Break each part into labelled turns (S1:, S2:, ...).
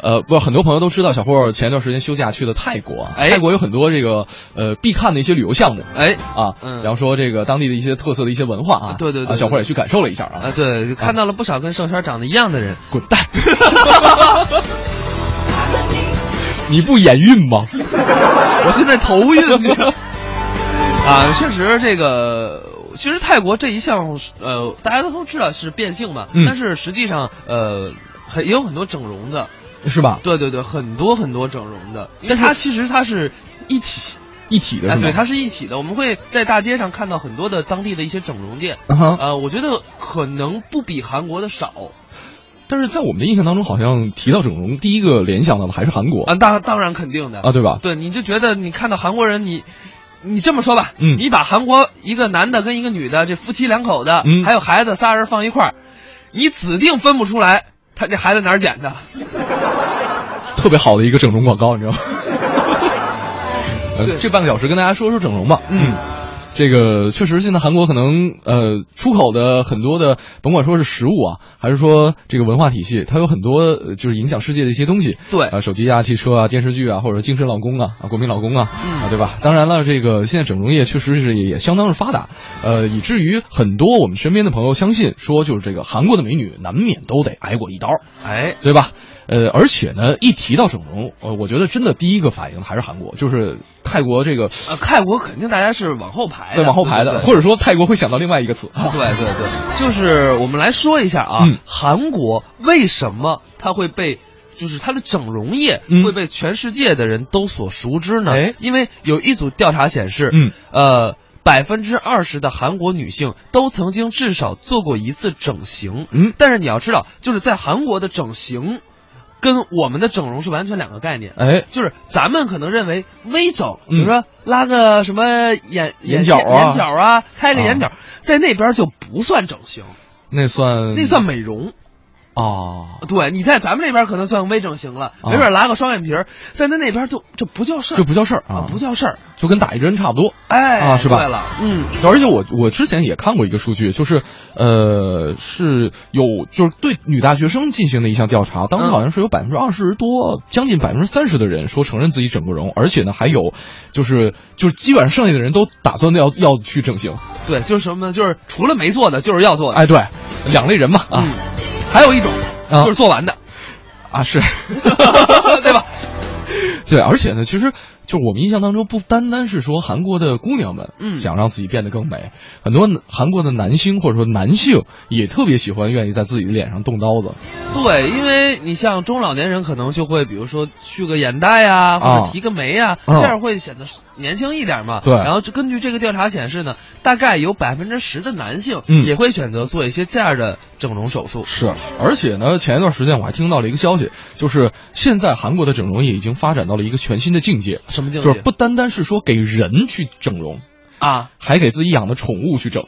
S1: 呃，不，很多朋友都知道，小霍前一段时间休假去了泰国啊，
S2: 哎
S1: 泰国有很多这个呃必看的一些旅游项目
S2: 哎，
S1: 啊，
S2: 嗯
S1: 然后说这个当地的一些特色的一些文化啊，
S2: 对对对
S1: 啊小霍也去感受了一下
S2: 啊，
S1: 啊，
S2: 对，看到了不少跟盛轩长得一样的人。
S1: 滚蛋！你不眼晕吗？
S2: 我现在头 晕呢。啊，确实这个。其实泰国这一项，呃，大家都知道是变性嘛，
S1: 嗯
S2: 但是实际上，呃，很也有很多整容的，
S1: 是吧？
S2: 对对对，很多很多整容的，
S1: 但
S2: 但
S1: 是
S2: 它其实它是一体，
S1: 一体的
S2: 哎，
S1: 是吗？
S2: 对，它是一体的。我们会在大街上看到很多的当地的一些整容店，
S1: 啊哈
S2: 呃，我觉得可能不比韩国的少，
S1: 但是在我们的印象当中，好像提到整容，第一个联想到的还是韩国
S2: 啊，当当然肯定的
S1: 啊，对吧？
S2: 对，你就觉得你看到韩国人，你你这么说吧，
S1: 嗯
S2: 你把韩国一个男的跟一个女的，这夫妻两口子，
S1: 嗯
S2: 还有孩子仨人放一块儿，你指定分不出来他这孩子哪儿捡的。
S1: 特别好的一个整容广告，你知道吗？呃
S2: 对，
S1: 这半个小时跟大家说说整容吧。
S2: 嗯，
S1: 这个确实，现在韩国可能呃出口的很多的，甭管说是食物啊，还是说这个文化体系，它有很多呃就是影响世界的一些东西。
S2: 对
S1: 啊，手机啊、汽车啊、电视剧啊，或者精神老公啊、啊国民老公啊，
S2: 嗯
S1: 啊，对吧？当然了，这个现在整容业确实是也也相当是发达，呃，以至于很多我们身边的朋友相信说，就是这个韩国的美女难免都得挨过一刀。
S2: 哎，
S1: 对吧？呃，而且呢，一提到整容，呃，我觉得真的第一个反应的还是韩国，就是泰国这个
S2: 呃，泰国肯定大家是往后排的，
S1: 再往后排的，
S2: 哎对对
S1: 或者说泰国会想到另外一个词，
S2: 对对对，就是我们来说一下啊，
S1: 嗯
S2: 韩国为什么它会被，就是它的整容业
S1: 嗯
S2: 会被全世界的人都所熟知呢？
S1: 哎
S2: 因为有一组调查显示，
S1: 嗯，
S2: 呃，百分之二十的韩国女性都曾经至少做过一次整形。
S1: 嗯，
S2: 但是你要知道，就是在韩国的整形，跟我们的整容是完全两个概念。
S1: 哎，
S2: 就是咱们可能认为微整，比
S1: 嗯
S2: 如说拉个什么眼
S1: 眼角
S2: 角
S1: 啊
S2: 眼角啊，开个眼角，在那边就不算整形，
S1: 那算
S2: 那算美容。
S1: 哦，
S2: 对，你在咱们这边可能算微整形了，
S1: 啊
S2: 没准拉个双眼皮儿，在那那边就这不叫事儿，
S1: 就不叫事儿
S2: 啊
S1: 啊，
S2: 不叫事儿。
S1: 就跟打一针差不多。
S2: 哎，
S1: 啊是吧
S2: 对了，嗯，
S1: 而且我我之前也看过一个数据，就是，呃，是有就是对女大学生进行的一项调查，当时
S2: 嗯
S1: 好像是有百分之二十多，将近百分之三十的人说承认自己整过容，而且呢还有，就是就是基本上剩下的人都打算要要去整形。
S2: 对，就是什么，就是除了没做的，就是要做的。
S1: 哎，对，两类人嘛啊、
S2: 嗯，还有一种
S1: 啊
S2: 就是做完的，
S1: 啊 是，
S2: 对吧？
S1: 对，而且呢，其实就是我们印象当中，不单单是说韩国的姑娘们，
S2: 嗯
S1: 想让自己变得更美，很多韩国的男星或者说男性也特别喜欢愿意在自己的脸上动刀子。
S2: 对，因为你像中老年人可能就会，比如说去个眼袋呀，或
S1: 啊
S2: 者提个眉呀，
S1: 嗯
S2: 这样会显得年轻一点嘛。
S1: 对
S2: 然后这根据这个调查显示呢，大概有百分之十的男性
S1: 嗯
S2: 也会选择做一些这样的整容手术。
S1: 是，而且呢，前一段时间我还听到了一个消息，就是现在韩国的整容业已经发展到了一个全新的境界，
S2: 什么境
S1: 就是
S2: 界？
S1: 不单单是说给人去整容，
S2: 啊，
S1: 还给自己养的宠物去整。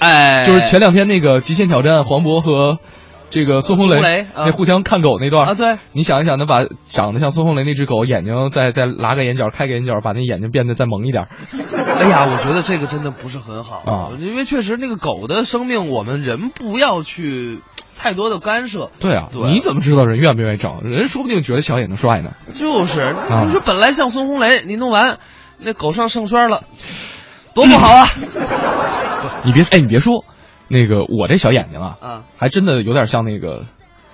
S2: 哎，
S1: 就是前两天那个《极限挑战》，黄渤和这个孙红
S2: 孙红
S1: 雷
S2: 雷啊
S1: 那互相看狗那段
S2: 啊对
S1: 你想一想，那把长得像孙红雷那只狗，眼睛再再拉个眼角，开个眼角，把那眼睛变得再萌一 点儿。
S2: 哎呀，我觉得这个真的不是很好
S1: 啊
S2: 因为确实那个狗的生命，我们人不要去太多的干涉。
S1: 对啊，
S2: 对
S1: 你怎么知道人愿不愿意整？人说不定觉得小眼睛帅呢。
S2: 就是，
S1: 啊
S2: 你说本来像孙红雷，你弄完那狗上圣轩了，多不好啊！
S1: 你别哎，你别说，那个我这小眼睛啊，
S2: 啊，
S1: 还真的有点像那个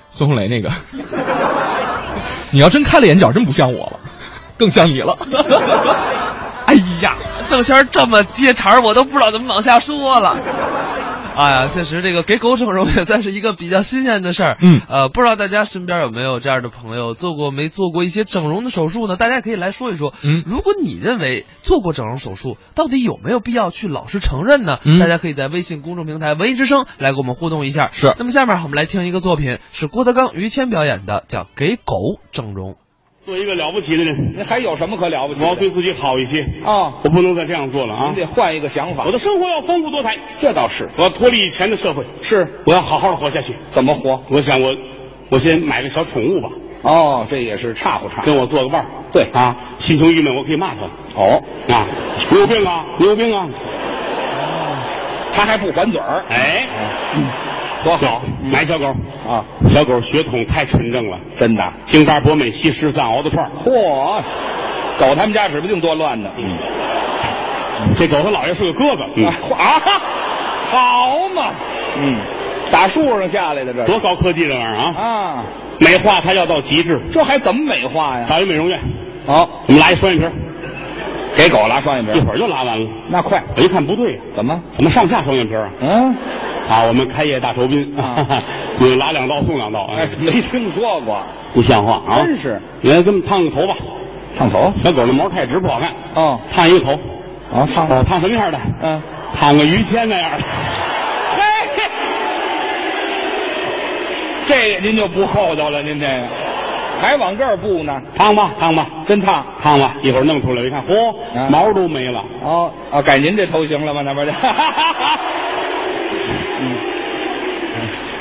S1: 孙红雷那个。 你要真开了眼角，真不像我了，更像你了。 哎呀，
S2: 圣轩这么接茬儿，我都不知道怎么往下说了。哎呀，确实，这个给狗整容也算是一个比较新鲜的事儿。
S1: 嗯
S2: 呃，不知道大家身边有没有这样的朋友做过没做过一些整容的手术呢？大家可以来说一说。
S1: 嗯
S2: 如果你认为做过整容手术，到底有没有必要去老实承认呢？
S1: 嗯
S2: 大家可以在微信公众平台“文艺之声”来跟我们互动一下。
S1: 是
S2: 那么下面我们来听一个作品，是郭德纲、于谦表演的，叫《给狗整容》。
S3: 做一个了不起的人，
S4: 那还有什么可了不起
S3: 我要
S4: 的？
S3: 对自己好一些
S4: 啊
S3: 我不能再这样做了啊
S4: 您！得换一个想法
S3: 我。的生活要丰富多彩，
S4: 这倒是，
S3: 我要脱离以前的社会，
S4: 是
S3: 我要好好的活下去。
S4: 怎么活？
S3: 我想我，我先买个小宠物吧，
S4: 哦，这也是差不差？
S3: 跟我做个伴儿。
S4: 对
S3: 啊，心情郁闷我可以骂他
S4: 哦，
S3: 啊，你有病啊，你有病啊！
S4: 他还不还嘴儿。
S3: 哎，
S1: 多好
S3: 对买小狗
S1: 啊！
S3: 小狗血统太纯正了，
S1: 真的。
S3: 京巴、博美、西施、藏獒子串儿
S1: 嚯，狗他们家指不定多乱呢。
S3: 嗯，
S4: 嗯
S3: 这狗他姥爷是个哥哥，嗯
S1: 啊，好嘛，嗯，哦打树上下来的这
S3: 多
S1: 是
S3: 高科技这玩意儿啊！
S1: 啊，
S3: 美化它要到极致，
S1: 这还怎么美化呀？
S3: 找一美容院，
S1: 好，
S3: 我们拉一双眼皮儿，
S1: 给狗拉双眼皮
S3: 一
S1: 儿，
S3: 会儿就拉完了。
S1: 那快，
S3: 我一看不对呀、
S1: 怎么？
S3: 怎么上下双眼皮儿啊？
S1: 嗯，
S3: 啊，我们开业大酬宾，
S1: 啊
S3: 你拉两道送两道，
S1: 哎，没听说过，
S3: 不像话啊！
S1: 真是，
S3: 你来给我们烫个头吧，
S1: 烫头？
S3: 小狗那毛太直不好看，
S1: 哦，
S3: 烫一个头，
S1: 啊，烫
S3: 哦，烫什么样的？
S1: 嗯，
S3: 烫个于谦那样的。
S1: 嘿，这您就不厚道了，您这个还往这儿布呢，
S3: 烫吧，烫吧，
S1: 真烫。
S3: 烫吧，一会儿弄出来，一看，嚯、
S1: 啊
S3: 毛都没了。
S1: 哦，啊，改您这头型了吗？那不是？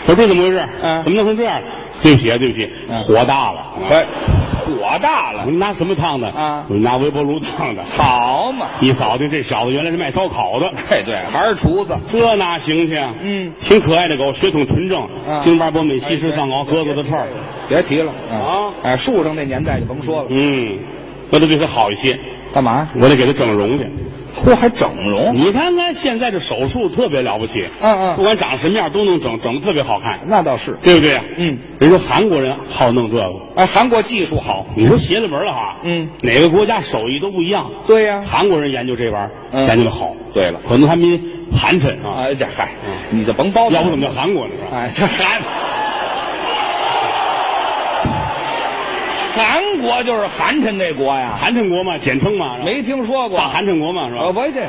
S3: 我说这怎么回事？
S1: 嗯
S3: 怎么弄成这样？对不起啊，对不起，
S1: 嗯
S3: 火大了。
S1: 哎，火大
S3: 我
S1: 了
S3: 说，拿什么烫的？
S1: 啊
S3: 我说拿微波炉烫的。
S1: 好嘛。
S3: 一扫听这小子原来是卖烧烤的，
S1: 嘿，对，还 是厨子。
S3: 这哪行去啊？
S1: 嗯哎
S3: 挺可爱的狗，血统纯
S1: 啊
S3: 正，京巴、博美、西施、藏獒、鸽子的串儿。
S1: 别提了
S3: 啊
S1: 哎，树上那年代就甭说了。
S3: 嗯，我得对它好一些，
S1: 干嘛？
S3: 我得给它整容去。
S1: 嚯，还整容？
S3: 你看看现在这手术特别了不起，
S1: 嗯嗯，
S3: 不管长什么样都能整，整的特别好看，
S1: 那倒是。
S3: 对不对？
S1: 嗯，
S3: 人说韩国人好弄这个，
S1: 哎，韩国技术好。
S3: 你说邪了门了哈。
S1: 嗯，
S3: 哪个国家手艺都不一样，
S1: 对呀。
S3: 韩国人研究这玩意儿
S1: 嗯
S3: 研究的好，
S1: 对了，
S3: 可能他们寒碜啊，
S1: 哎，这嗨，你就甭包
S3: 要不怎
S1: 么？
S3: 么叫韩国呢？是吧
S1: 哎，这韩，韩国就是寒碜这国呀？
S3: 寒碜国嘛，简称嘛，是吧
S1: 没听说过。
S3: 大寒碜国嘛，是
S1: 啊，
S3: 吧？
S1: 不这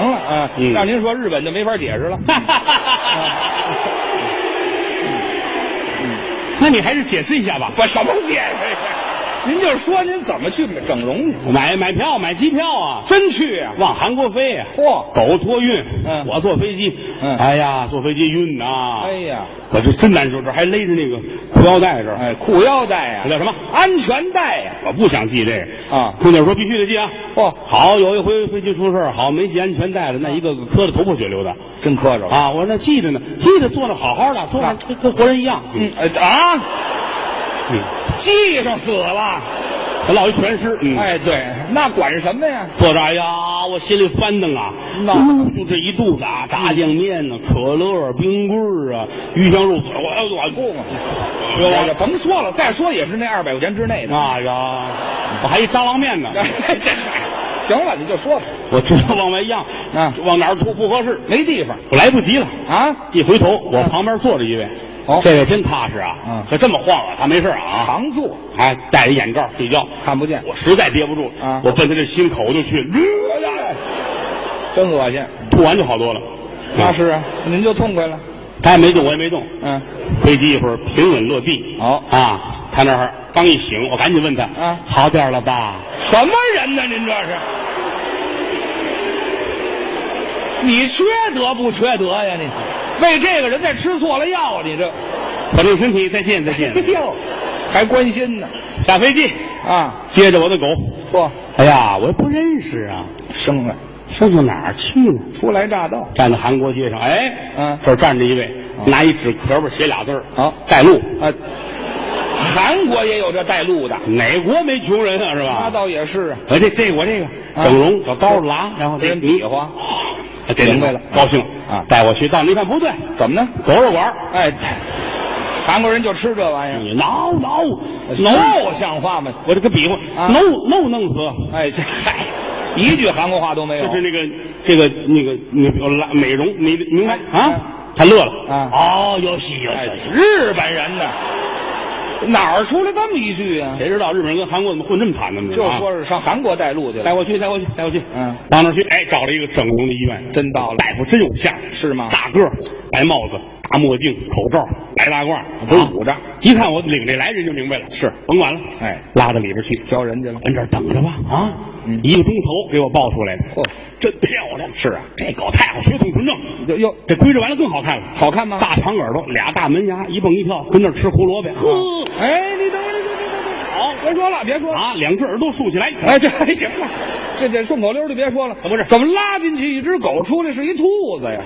S1: 行了啊，
S3: 嗯
S1: 让您说日本就没法解释了。
S3: 那你还是解释一下吧。
S1: 我什么解释呀？您就说您怎么去整容去？
S3: 买买票，买机票啊，
S1: 真去啊？
S3: 往韩国飞啊。
S1: 嚯
S3: 狗托运，
S1: 嗯
S3: 我坐飞机，
S1: 嗯
S3: 哎呀，坐飞机晕呐，
S1: 哎，呀，
S3: 我这真难受，这还勒着那个裤腰带这儿，
S1: 哎，裤腰带呀、
S3: 那叫什么？
S1: 安全带呀、
S3: 我不想系这个
S1: 啊哦
S3: 空姐说必须得系啊。
S1: 嚯
S3: 好，有一回飞机出事儿，好没系安全带了，那一个个磕的头破血流的
S1: 真磕着了。
S3: 啊！我说那系着呢，系着坐那好好的，坐那
S1: 啊
S3: 跟跟活人一样。
S1: 嗯，哎啊，
S3: 嗯，
S1: 系上死了。
S3: 他落一全尸。嗯，
S1: 哎，对，那管什么呀？
S3: 坐这儿，哎呀，我心里翻腾啊，
S1: 那嗯
S3: 呜就这一肚子啊，炸酱面呢、可乐、冰棍儿啊，鱼香肉丝，我要我
S1: 不嘛，
S3: 哎
S1: 哎
S3: 呀
S1: 甭说了，再说也是那二百块钱之内的。
S3: 哎呀，我还一蟑 螂面呢，
S1: 哎 这行了，你就说吧，
S3: 我知道 往外漾，
S1: 啊
S3: 往哪儿吐不合适，
S1: 没地方
S3: 我来不及了。
S1: 啊，
S3: 一回头，我旁边坐着一位，
S1: 哦
S3: 这位真踏实啊，
S1: 嗯
S3: 就这么晃啊，他没事啊，
S1: 常坐
S3: 还戴着眼罩睡觉，
S1: 看不见。
S3: 我实在憋不住，
S1: 啊
S3: 我奔他这心口就去，
S1: 哎呀真恶心。
S3: 吐完就好多了。
S1: 那是啊，您就痛快了。
S3: 他也没动，我也没动，
S1: 嗯，
S3: 飞机一会儿平稳落地。
S1: 好
S3: 啊，他那儿刚一醒，我赶紧问他，
S1: 啊
S3: 好点儿了吧？
S1: 什么人呢？您这是？你缺德不缺德呀？你为这个人再吃错了药，你这，
S3: 保重身体，再见 再见
S1: 哎。呦，还关心呢
S3: 下飞机，
S1: 啊！
S3: 接着我的狗。
S1: 嚯，
S3: 哎呀，我也不认识啊，
S1: 生了，
S3: 上到哪儿去呢？
S1: 初来乍到，
S3: 站在韩国街上，哎，
S1: 嗯
S3: 这儿站着一位，
S1: 哦
S3: 拿一纸壳儿写俩字儿，
S1: 好
S3: 带路。
S1: 啊，韩国也有这带路的，
S3: 哪国没穷人啊，是吧？
S1: 那倒也是啊，
S3: 哎，这这我这个
S1: 啊
S3: 整容，找刀子拉，然后
S1: 跟
S3: 这
S1: 人比划，
S3: 嗯这
S1: 明白了
S3: 高兴
S1: 啊
S3: 带我去到那一看不对，
S1: 怎么呢？
S3: 狗肉丸儿，
S1: 哎，韩国人就吃这玩意儿，
S3: 你挠挠
S1: 那
S3: 挠，
S1: 像话吗？
S3: 我这个比划
S1: 啊
S3: 挠挠弄死，
S1: 哎，这 嗨，一句韩国话都没有。
S3: 就是那个这个那个那个拉美容，你明白啊？他乐了
S1: 哎啊
S3: 哦，有戏有
S1: 哎
S3: 戏有戏。
S1: 日本人呢，哪儿出来这么一句啊？
S3: 谁知道日本人跟韩国怎么混这么惨呢？你知道
S1: 就
S3: 吗
S1: 说是上韩国带路去
S3: 带
S1: 了，
S3: 我去，带我去，带我去。
S1: 嗯，
S3: 往那儿去，哎，找了一个整容的医院，
S1: 真到了
S3: 大夫真有相，
S1: 是吗
S3: 大个儿，白帽子，大墨镜，口罩，白大褂，
S1: 啊
S3: 啊
S1: 都捂着。
S3: 一看我领这来人就明白了，是，甭管了，
S1: 哎，
S3: 拉到里边去，
S1: 教人去了。
S3: 跟这儿等着吧，啊
S1: 嗯，
S3: 一个钟头给我抱出来的，
S1: 嚯
S3: 真漂亮。是啊，这狗太好，血统纯正。
S1: 哟哟，
S3: 这归置完了更好看了，
S1: 好看吗
S3: 大长耳朵，俩大门牙，一蹦一跳，跟那儿吃胡萝卜，呵，
S1: 哎，你等会儿，等等等等，好，别说了，别说了。
S3: 啊，两只耳朵竖起来，
S1: 啊哎，这还行了，这这顺口溜就别说了。
S3: 啊不是
S1: 怎么拉进去一只狗，出来是一兔子呀？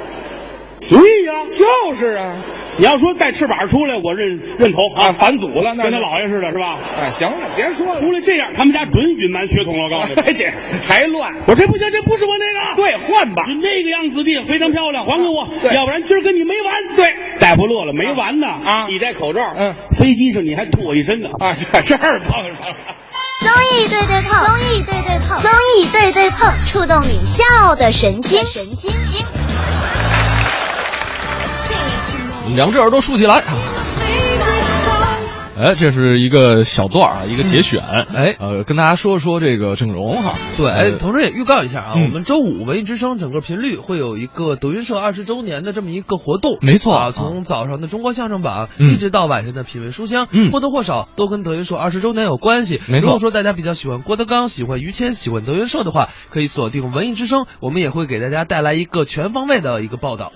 S3: 对呀，
S1: 就是啊，
S3: 你要说带翅膀出来，我认认头
S4: 啊反祖了那
S3: 跟他
S4: 就
S3: 姥爷似的，是吧？
S4: 哎，行了，别说了，
S3: 出来这样，他们家准隐瞒血统了，我告诉你。
S4: 哎这还乱。
S3: 我这不行，这不是我那个。
S4: 对，换吧。啊
S3: 你那个样子的非常漂亮，还给我，
S4: 对
S3: 要不然今儿跟你没完。
S4: 对，
S3: 戴不乐了，没完呢
S4: 啊
S3: 你戴口罩，
S4: 嗯，
S3: 飞机上你还吐我一身呢
S4: 啊，这这儿碰上了。
S5: 综艺对对碰，综艺对对碰，综艺对对碰，触动你笑的神经，神经经。
S1: 两只耳朵竖起来。哎，这是一个小段儿啊，一个节选。
S2: 哎
S1: 呃，跟大家说说这个整容哈。
S2: 对，哎，
S1: 呃
S2: 同时也预告一下啊，
S1: 嗯
S2: 我们周五文艺之声整个频率会有一个德云社二十周年的这么一个活动，
S1: 没错
S2: 啊，
S1: 啊
S2: 从早上的中国相声榜、
S1: 嗯
S2: 一直到晚上的品味书香，
S1: 嗯
S2: 或多或少都跟德云社二十周年有关系。
S1: 没错
S2: 如果说大家比较喜欢郭德纲、喜欢于谦、喜欢德云社的话，可以锁定文艺之声，我们也会给大家带来一个全方位的一个报道。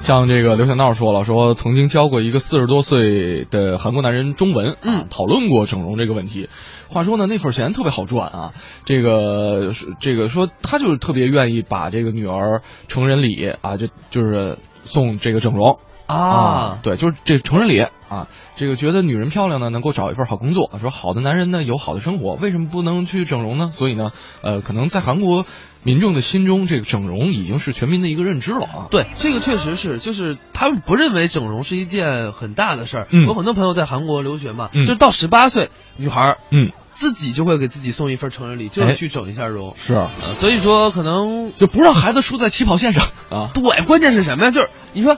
S1: 像这个刘小闹说了，说曾经教过一个四十多岁的韩国男人中文，啊
S2: 嗯
S1: 讨论过整容这个问题。话说呢，那份钱特别好赚啊，这个这个说他就是特别愿意把这个女儿成人礼啊，就就是送这个整容
S2: 啊，
S1: 对，就是这成人礼啊，这个觉得女人漂亮呢，能够找一份好工作，说好的男人呢有好的生活，为什么不能去整容呢？所以呢，呃，可能在韩国民众的心中，这个整容已经是全民的一个认知了啊。
S2: 对，这个确实是，就是他们不认为整容是一件很大的事儿。
S1: 嗯
S2: 我很多朋友在韩国留学嘛，
S1: 嗯
S2: 就是到十八岁，女孩儿
S1: 嗯，
S2: 自己就会给自己送一份成人礼，就
S1: 哎
S2: 是去整一下容。
S1: 是。啊
S2: 呃所以说可能
S1: 就不让孩子输在起跑线上 啊。
S2: 对，关键是什么呀？就是你说，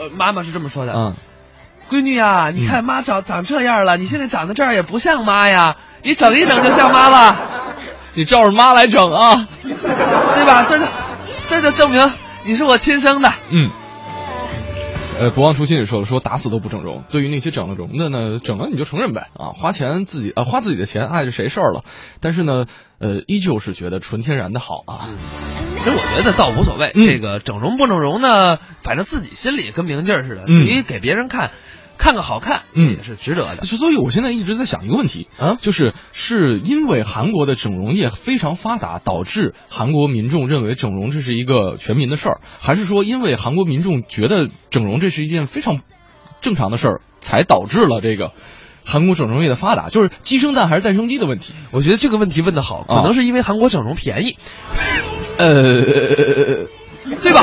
S2: 呃妈妈是这么说的，
S1: 嗯，
S2: 闺女呀，你看妈长长这样了，你现在长到这儿也不像妈呀，你整一整就像妈了，
S1: 你照着妈来整啊。
S2: 对吧？这就这就证明你是我亲生的。
S1: 嗯。呃，不忘初心也说了，说打死都不整容。对于那些整了容的呢，整了你就承认呗啊，花钱自己啊、花自己的钱碍着谁事儿了？但是呢，呃，依旧是觉得纯天然的好啊。
S2: 其实我觉得倒无所谓，
S1: 嗯
S2: 这个整容不整容呢，反正自己心里跟明镜儿似的，
S1: 嗯
S2: 至于给别人看，看个好看，
S1: 嗯
S2: 也是值得的。
S1: 所以我现在一直在想一个问题
S2: 啊
S1: 就是是因为韩国的整容业非常发达，导致韩国民众认为整容这是一个全民的事儿，还是说因为韩国民众觉得整容这是一件非常正常的事儿，才导致了这个韩国整容业的发达？就是鸡生蛋还是蛋生鸡的问题？
S2: 我觉得这个问题问的好，
S1: 啊
S2: 可能是因为韩国整容便宜，
S1: 呃，
S2: 对吧？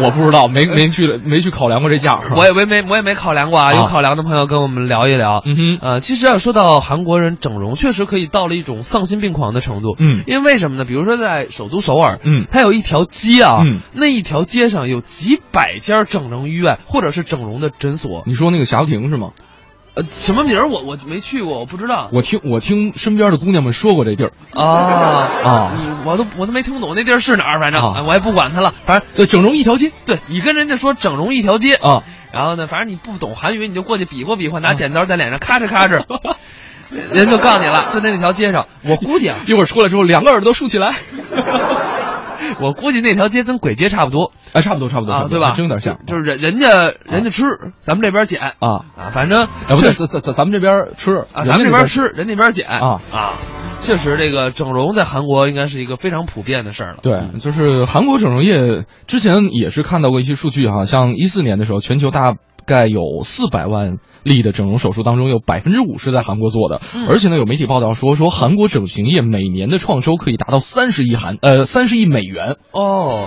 S1: 我不知道，没没去没去考量过这价儿。
S2: 我也没没我也没考量过啊，有
S1: 啊
S2: 考量的朋友跟我们聊一聊。
S1: 嗯哼
S2: 呃，其实啊，说到韩国人整容，确实可以到了一种丧心病狂的程度。
S1: 嗯
S2: 因为什么呢？比如说在首都首尔，
S1: 嗯
S2: 它有一条街啊，
S1: 嗯
S2: 那一条街上有几百家整容医院或者是整容的诊所。
S1: 你说那个霞亭是吗？
S2: 呃，什么名儿我我没去过，我不知道
S1: 我听我听身边的姑娘们说过这地儿。
S2: 啊
S1: 啊
S2: 嗯我都我都没听懂那地儿是哪儿，反正、
S1: 啊
S2: 哎我也不管它了，反正
S1: 对，整容一条街
S2: 对你跟人家说整容一条街
S1: 啊，
S2: 然后呢，反正你不懂韩语，你就过去比划比划，
S1: 哦
S2: 拿剪刀在脸上咔哧 咔哧，人就告诉你了，就在那条街上，我估 计啊，
S1: 一会儿出来之后，两个耳朵竖起来。
S2: 我估计那条街跟鬼街差不多
S1: 啊，差不多，差不多，差
S2: 啊，
S1: 不
S2: 对
S1: 多
S2: 吧？
S1: 还真有点像，
S2: 就就是人人家人家吃，咱们这边捡啊
S1: 啊，
S2: 反正
S1: 哎，不对，
S2: 确实
S1: 咱咱咱咱们这边吃，
S2: 啊，
S1: 人
S2: 咱
S1: 家
S2: 们这边吃，人那边捡
S1: 啊
S2: 啊，确实这个整容在韩国应该是一个非常普遍的事儿了。嗯
S1: 对，就是韩国整容业之前也是看到过一些数据哈，像一四年的时候，全球大概有四百万例的整容手术当中，有百分之五是在韩国做的，
S2: 嗯
S1: 而且呢，有媒体报道说，说韩国整形业每年的创收可以达到三十亿韩呃三十亿美元，
S2: 哦，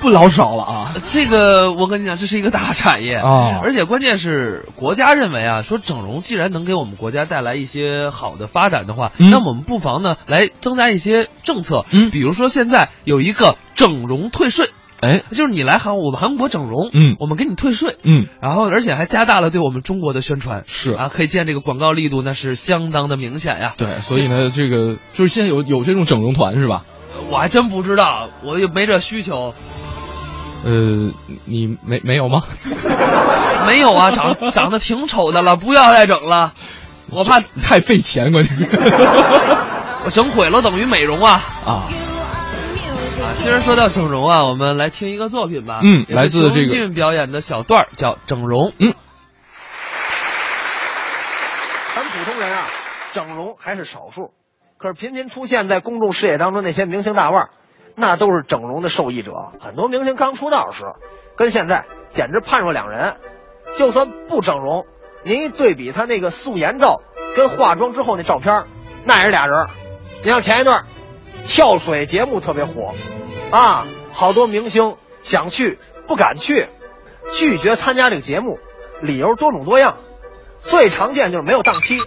S1: 不老少了啊
S2: 这个我跟你讲，这是一个大产业
S1: 啊
S2: 而且关键是国家认为啊，说整容既然能给我们国家带来一些好的发展的话，
S1: 嗯
S2: 那么我们不妨呢来增加一些政策，
S1: 嗯
S2: 比如说现在有一个整容退税，
S1: 哎，
S2: 就是你来韩我们韩国整容，
S1: 嗯
S2: 我们给你退税。
S1: 嗯，
S2: 然后，而且还加大了对我们中国的宣传，
S1: 是
S2: 啊，可以见这个广告力度那是相当的明显呀。
S1: 对，所以呢，这个就是现在有有这种整容团是吧？
S2: 我还真不知道，我也没这需求，
S1: 呃，你没没有吗？
S2: 没有啊，长长得挺丑的了，不要再 整了，我怕
S1: 太费钱，关键 是
S2: 我整毁了等于美容啊！
S1: 啊。
S2: 啊，其实说到整容啊，我们来听一个作品吧。
S1: 嗯
S2: 也是
S1: 来自这个嗯
S2: 熊俊表演的小段儿叫《整容》。
S6: 咱们普通人啊，整容还是少数，可是频频出现在公众视野当中那些明星大腕儿，
S7: 那都是整容的受益者。很多明星刚出道时，跟现在简直判若两人。就算不整容，您一对比他那个素颜照跟化妆之后那照片，那也是俩人。你像前一段跳水节目特别火，啊，好多明星想去不敢去，拒绝参加这个节目，理由多种多样，最常见就是没有档期。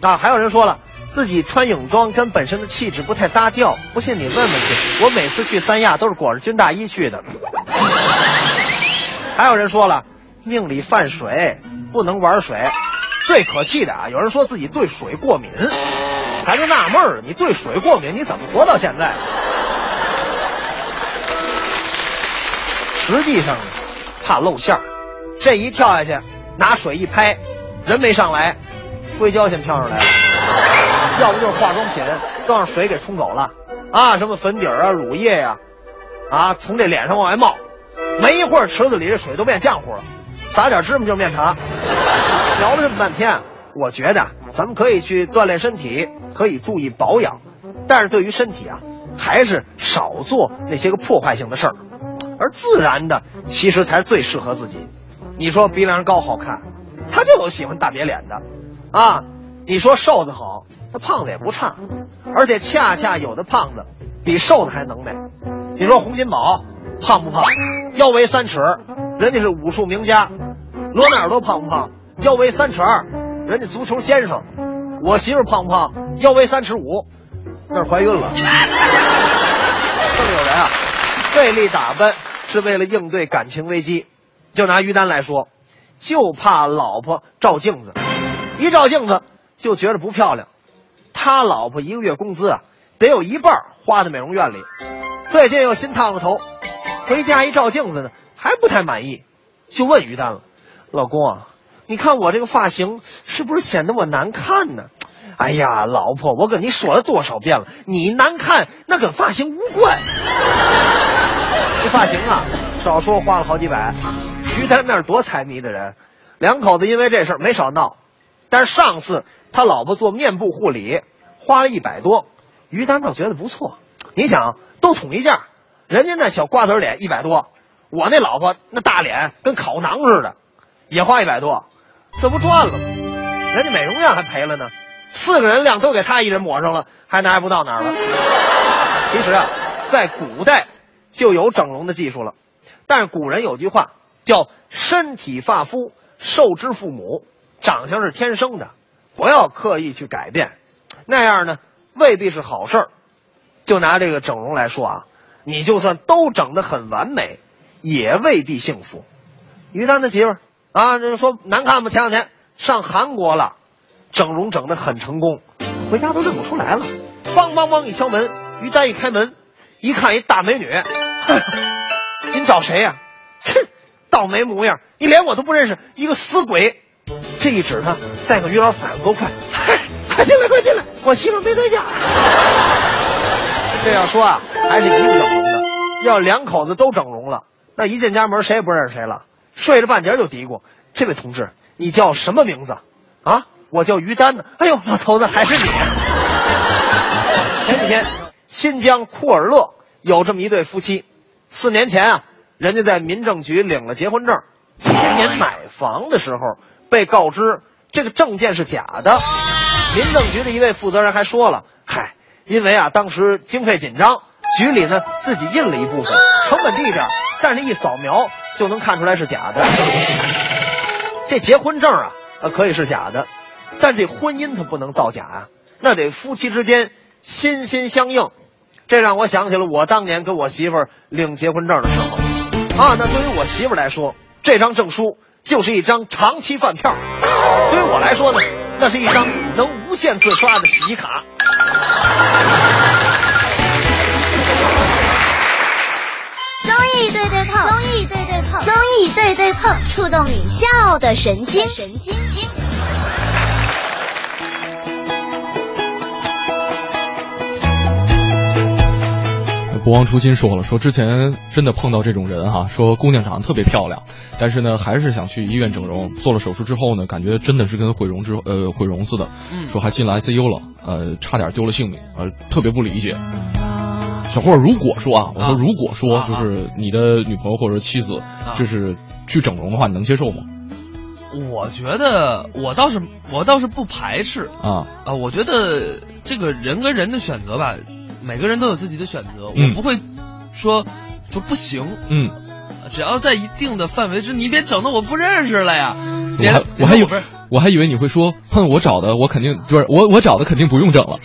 S7: 啊，还有人说了，自己穿泳装跟本身的气质不太搭调，不信你问问去。我每次去三亚都是裹着军大衣去的。还有人说了，命里犯水，不能玩水。最可气的啊，有人说自己对水过敏，咱就纳闷儿，你对水过敏，你怎么活到现在？实际上呢，怕露馅儿，这一跳下去，拿水一拍，人没上来，硅胶先飘上来了，要不就是化妆品都让水给冲走了啊，什么粉底儿啊、乳液呀、啊，从这脸上往外冒，没一会儿池子里这水都变浆糊了，撒点芝麻就是面茶。聊了这么半天，我觉得咱们可以去锻炼身体，可以注意保养，但是对于身体啊，还是少做那些个破坏性的事儿，而自然的其实才是最适合自己。你说鼻梁高好看，他就有喜欢大瘪脸的，啊，你说瘦子好，那胖子也不差，而且恰恰有的胖子比瘦子还能耐。你说洪金宝胖不胖？腰围三尺，人家是武术名家。罗纳尔多胖不胖？腰围三尺二，人家足球先生。我媳妇胖不胖？腰围三尺五，那是怀孕了。更有人啊，费力打扮是为了应对感情危机。就拿于丹来说，就怕老婆照镜子，一照镜子就觉得不漂亮。他老婆一个月工资啊，得有一半儿花在美容院里。最近又新烫了头，回家一照镜子呢，还不太满意，就问于丹了：“老公啊，你看我这个发型是不是显得我难看呢？”哎呀，老婆，我跟你说了多少遍了，你难看那跟发型无关。这发型啊，少说花了好几百。于丹那儿多财迷的人，两口子因为这事儿没少闹。但是上次他老婆做面部护理，花了一百多，于丹倒觉得不错。你想，都统一价，人家那小瓜子脸一百多，我那老婆那大脸跟烤馕似的，也花一百多，这不赚了吗？人家美容院还赔了呢，四个人量都给他一人抹上了，还拿不到哪儿了。 其实啊，在古代就有整容的技术了，但是古人有句话叫“身体发肤，受之父母”，长相是天生的，不要刻意去改变，那样呢未必是好事儿。就拿这个整容来说啊，你就算都整得很完美，也未必幸福。于丹的媳妇儿啊，这说难看吗？前两天上韩国了，整容整得很成功，回家都认不出来了。梆梆梆一敲门，于丹一开门，一看一大美女， 哼您找谁呀、哼，倒霉模样，你连我都不认识，一个死鬼！这一指他，再看于老反应多快，嗨，快进来，快进来，我媳妇儿没在家。这要说啊，还是一个整容的。要两口子都整容了，那一进家门谁也不认识谁了，睡着半截就嘀咕：“这位同志，你叫什么名字？”啊，我叫于丹呢。哎呦，老头子还是你！啊前几天，新疆库尔勒有这么一对夫妻，四年前啊，人家在民政局领了结婚证，今年买房的时候被告知这个证件是假的。民政局的一位负责人还说了：“嗨，因为啊当时经费紧张，局里呢自己印了一部分，成本低点儿，但是一扫描就能看出来是假的。”这结婚证啊，呃，可以是假的，但这婚姻它不能造假啊，那得夫妻之间心心相印。这让我想起了我当年跟我媳妇儿领结婚证的时候，啊，那对于我媳妇儿来说，这张证书就是一张长期饭票；对于我来说呢，那是一张能无限次刷的洗衣卡。
S5: 综艺对对碰，综艺对对碰，综艺对对碰，触动你笑的神经，神经经。
S1: 国王初心说了，说之前真的碰到这种人哈、说姑娘长得特别漂亮，但是呢还是想去医院整容，做了手术之后呢，感觉真的是跟毁容之呃毁容似
S2: 嗯
S1: 的，说还进了 ICU 了，呃差点丢了性命，呃特别不理解。小霍，如果说啊，我啊说
S2: 啊
S1: 如果说
S2: 啊啊
S1: 就是你的女朋友或者妻子，就是去整容的话，你能接受吗？
S2: 我觉得我倒是我倒是不排斥
S1: 啊，
S2: 啊，我觉得这个人跟人的选择吧，每个人都有自己的选择，
S1: 嗯
S2: 我不会说说不行，
S1: 嗯，
S2: 只要在一定的范围之，你别整的我不认识了呀。
S1: 我
S2: 别
S1: 还
S2: 的
S1: 我还以
S2: 有
S1: 为我还以为你会说，哼，我找的我肯定不是我我找的肯定不用整了。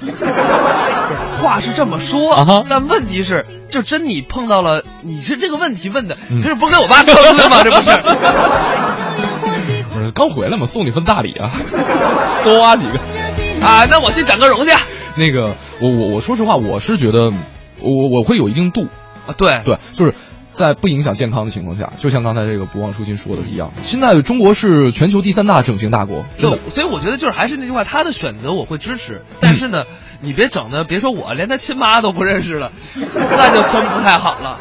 S2: 话是这么说，
S1: 啊哈
S2: 但问题是，就真你碰到了，你是这个问题问的，
S1: 嗯
S2: 你这是不给我爸坑 的吗？这不是？
S1: 不是刚回来嘛，送你份大礼啊，多挖几个。
S2: 啊，那我去整个容去。啊，
S1: 那个，我我我说实话，我是觉得我我会有一定度，
S2: 对
S1: 啊对，就是在不影响健康的情况下，就像刚才这个不忘初心说的一样，现在中国是全球第三大整形大国，真的
S2: 对，所以我觉得就是还是那句话，他的选择我会支持，但是呢，你别整的，别说我连他亲妈都不认识了，那就真不太好了。